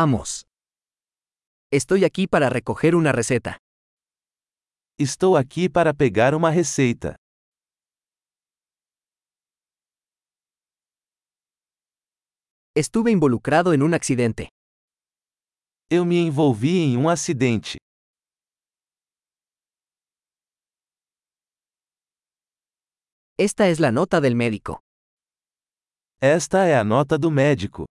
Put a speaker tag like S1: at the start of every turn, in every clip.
S1: Vamos. Estoy aquí para recoger una receta.
S2: Estou aqui para pegar uma receita.
S1: Estuve involucrado en un accidente.
S2: Eu me envolvi em um acidente.
S1: Esta es la nota del médico.
S2: Esta é a nota do médico.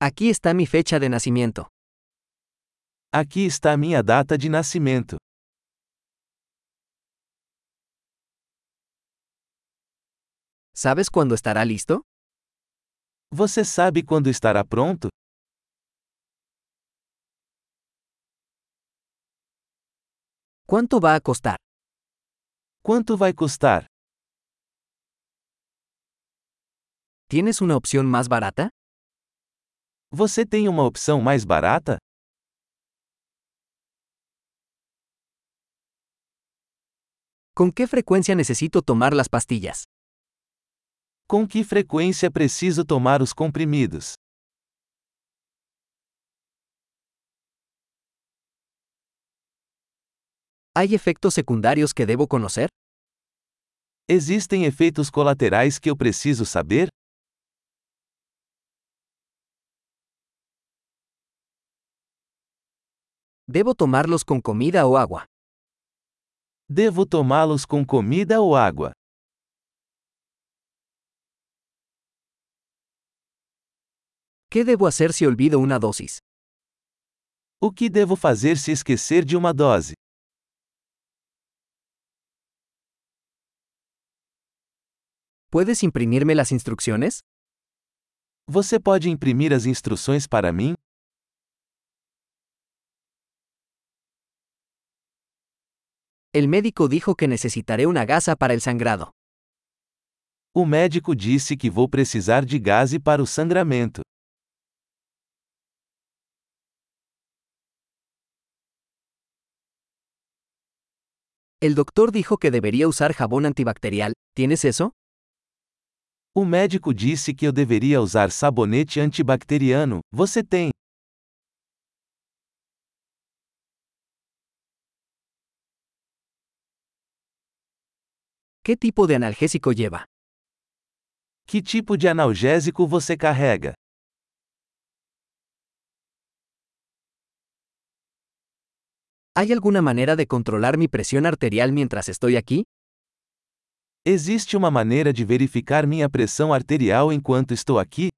S1: Aquí está mi fecha de nacimiento.
S2: Aqui está minha data de nascimento.
S1: ¿Sabes cuándo estará listo?
S2: Você sabe quando estará pronto?
S1: ¿Cuánto va a costar?
S2: Quanto vai custar?
S1: ¿Tienes una opción más barata?
S2: Você tem uma opção mais barata?
S1: ¿Con qué frecuencia necesito tomar las pastillas?
S2: Com que frequência preciso tomar os comprimidos?
S1: ¿Hay efectos secundarios que debo conocer?
S2: Existem efeitos colaterais que eu preciso saber?
S1: ¿Debo tomarlos con comida o agua?
S2: Devo tomá-los com comida ou água?
S1: ¿Qué debo hacer si olvido una dosis?
S2: O que devo fazer se esquecer de uma dose?
S1: ¿Puedes imprimirme las instrucciones?
S2: Você pode imprimir as instruções para mim?
S1: El médico dijo que necesitaré una gasa para el sangrado.
S2: O médico disse que vou precisar de gás para o sangramento.
S1: El doctor dijo que debería usar jabón antibacterial. ¿Tienes eso?
S2: O médico disse que eu deveria usar sabonete antibacteriano. Você tem?
S1: ¿Qué tipo de analgésico lleva?
S2: Que tipo de analgésico você carrega?
S1: ¿Hay alguna manera de controlar mi presión arterial mientras estoy aquí?
S2: Existe uma maneira de verificar minha pressão arterial enquanto estou aqui?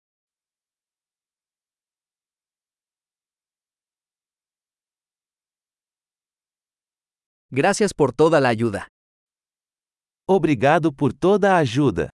S1: Gracias por toda la ayuda.
S2: Obrigado por toda a ajuda.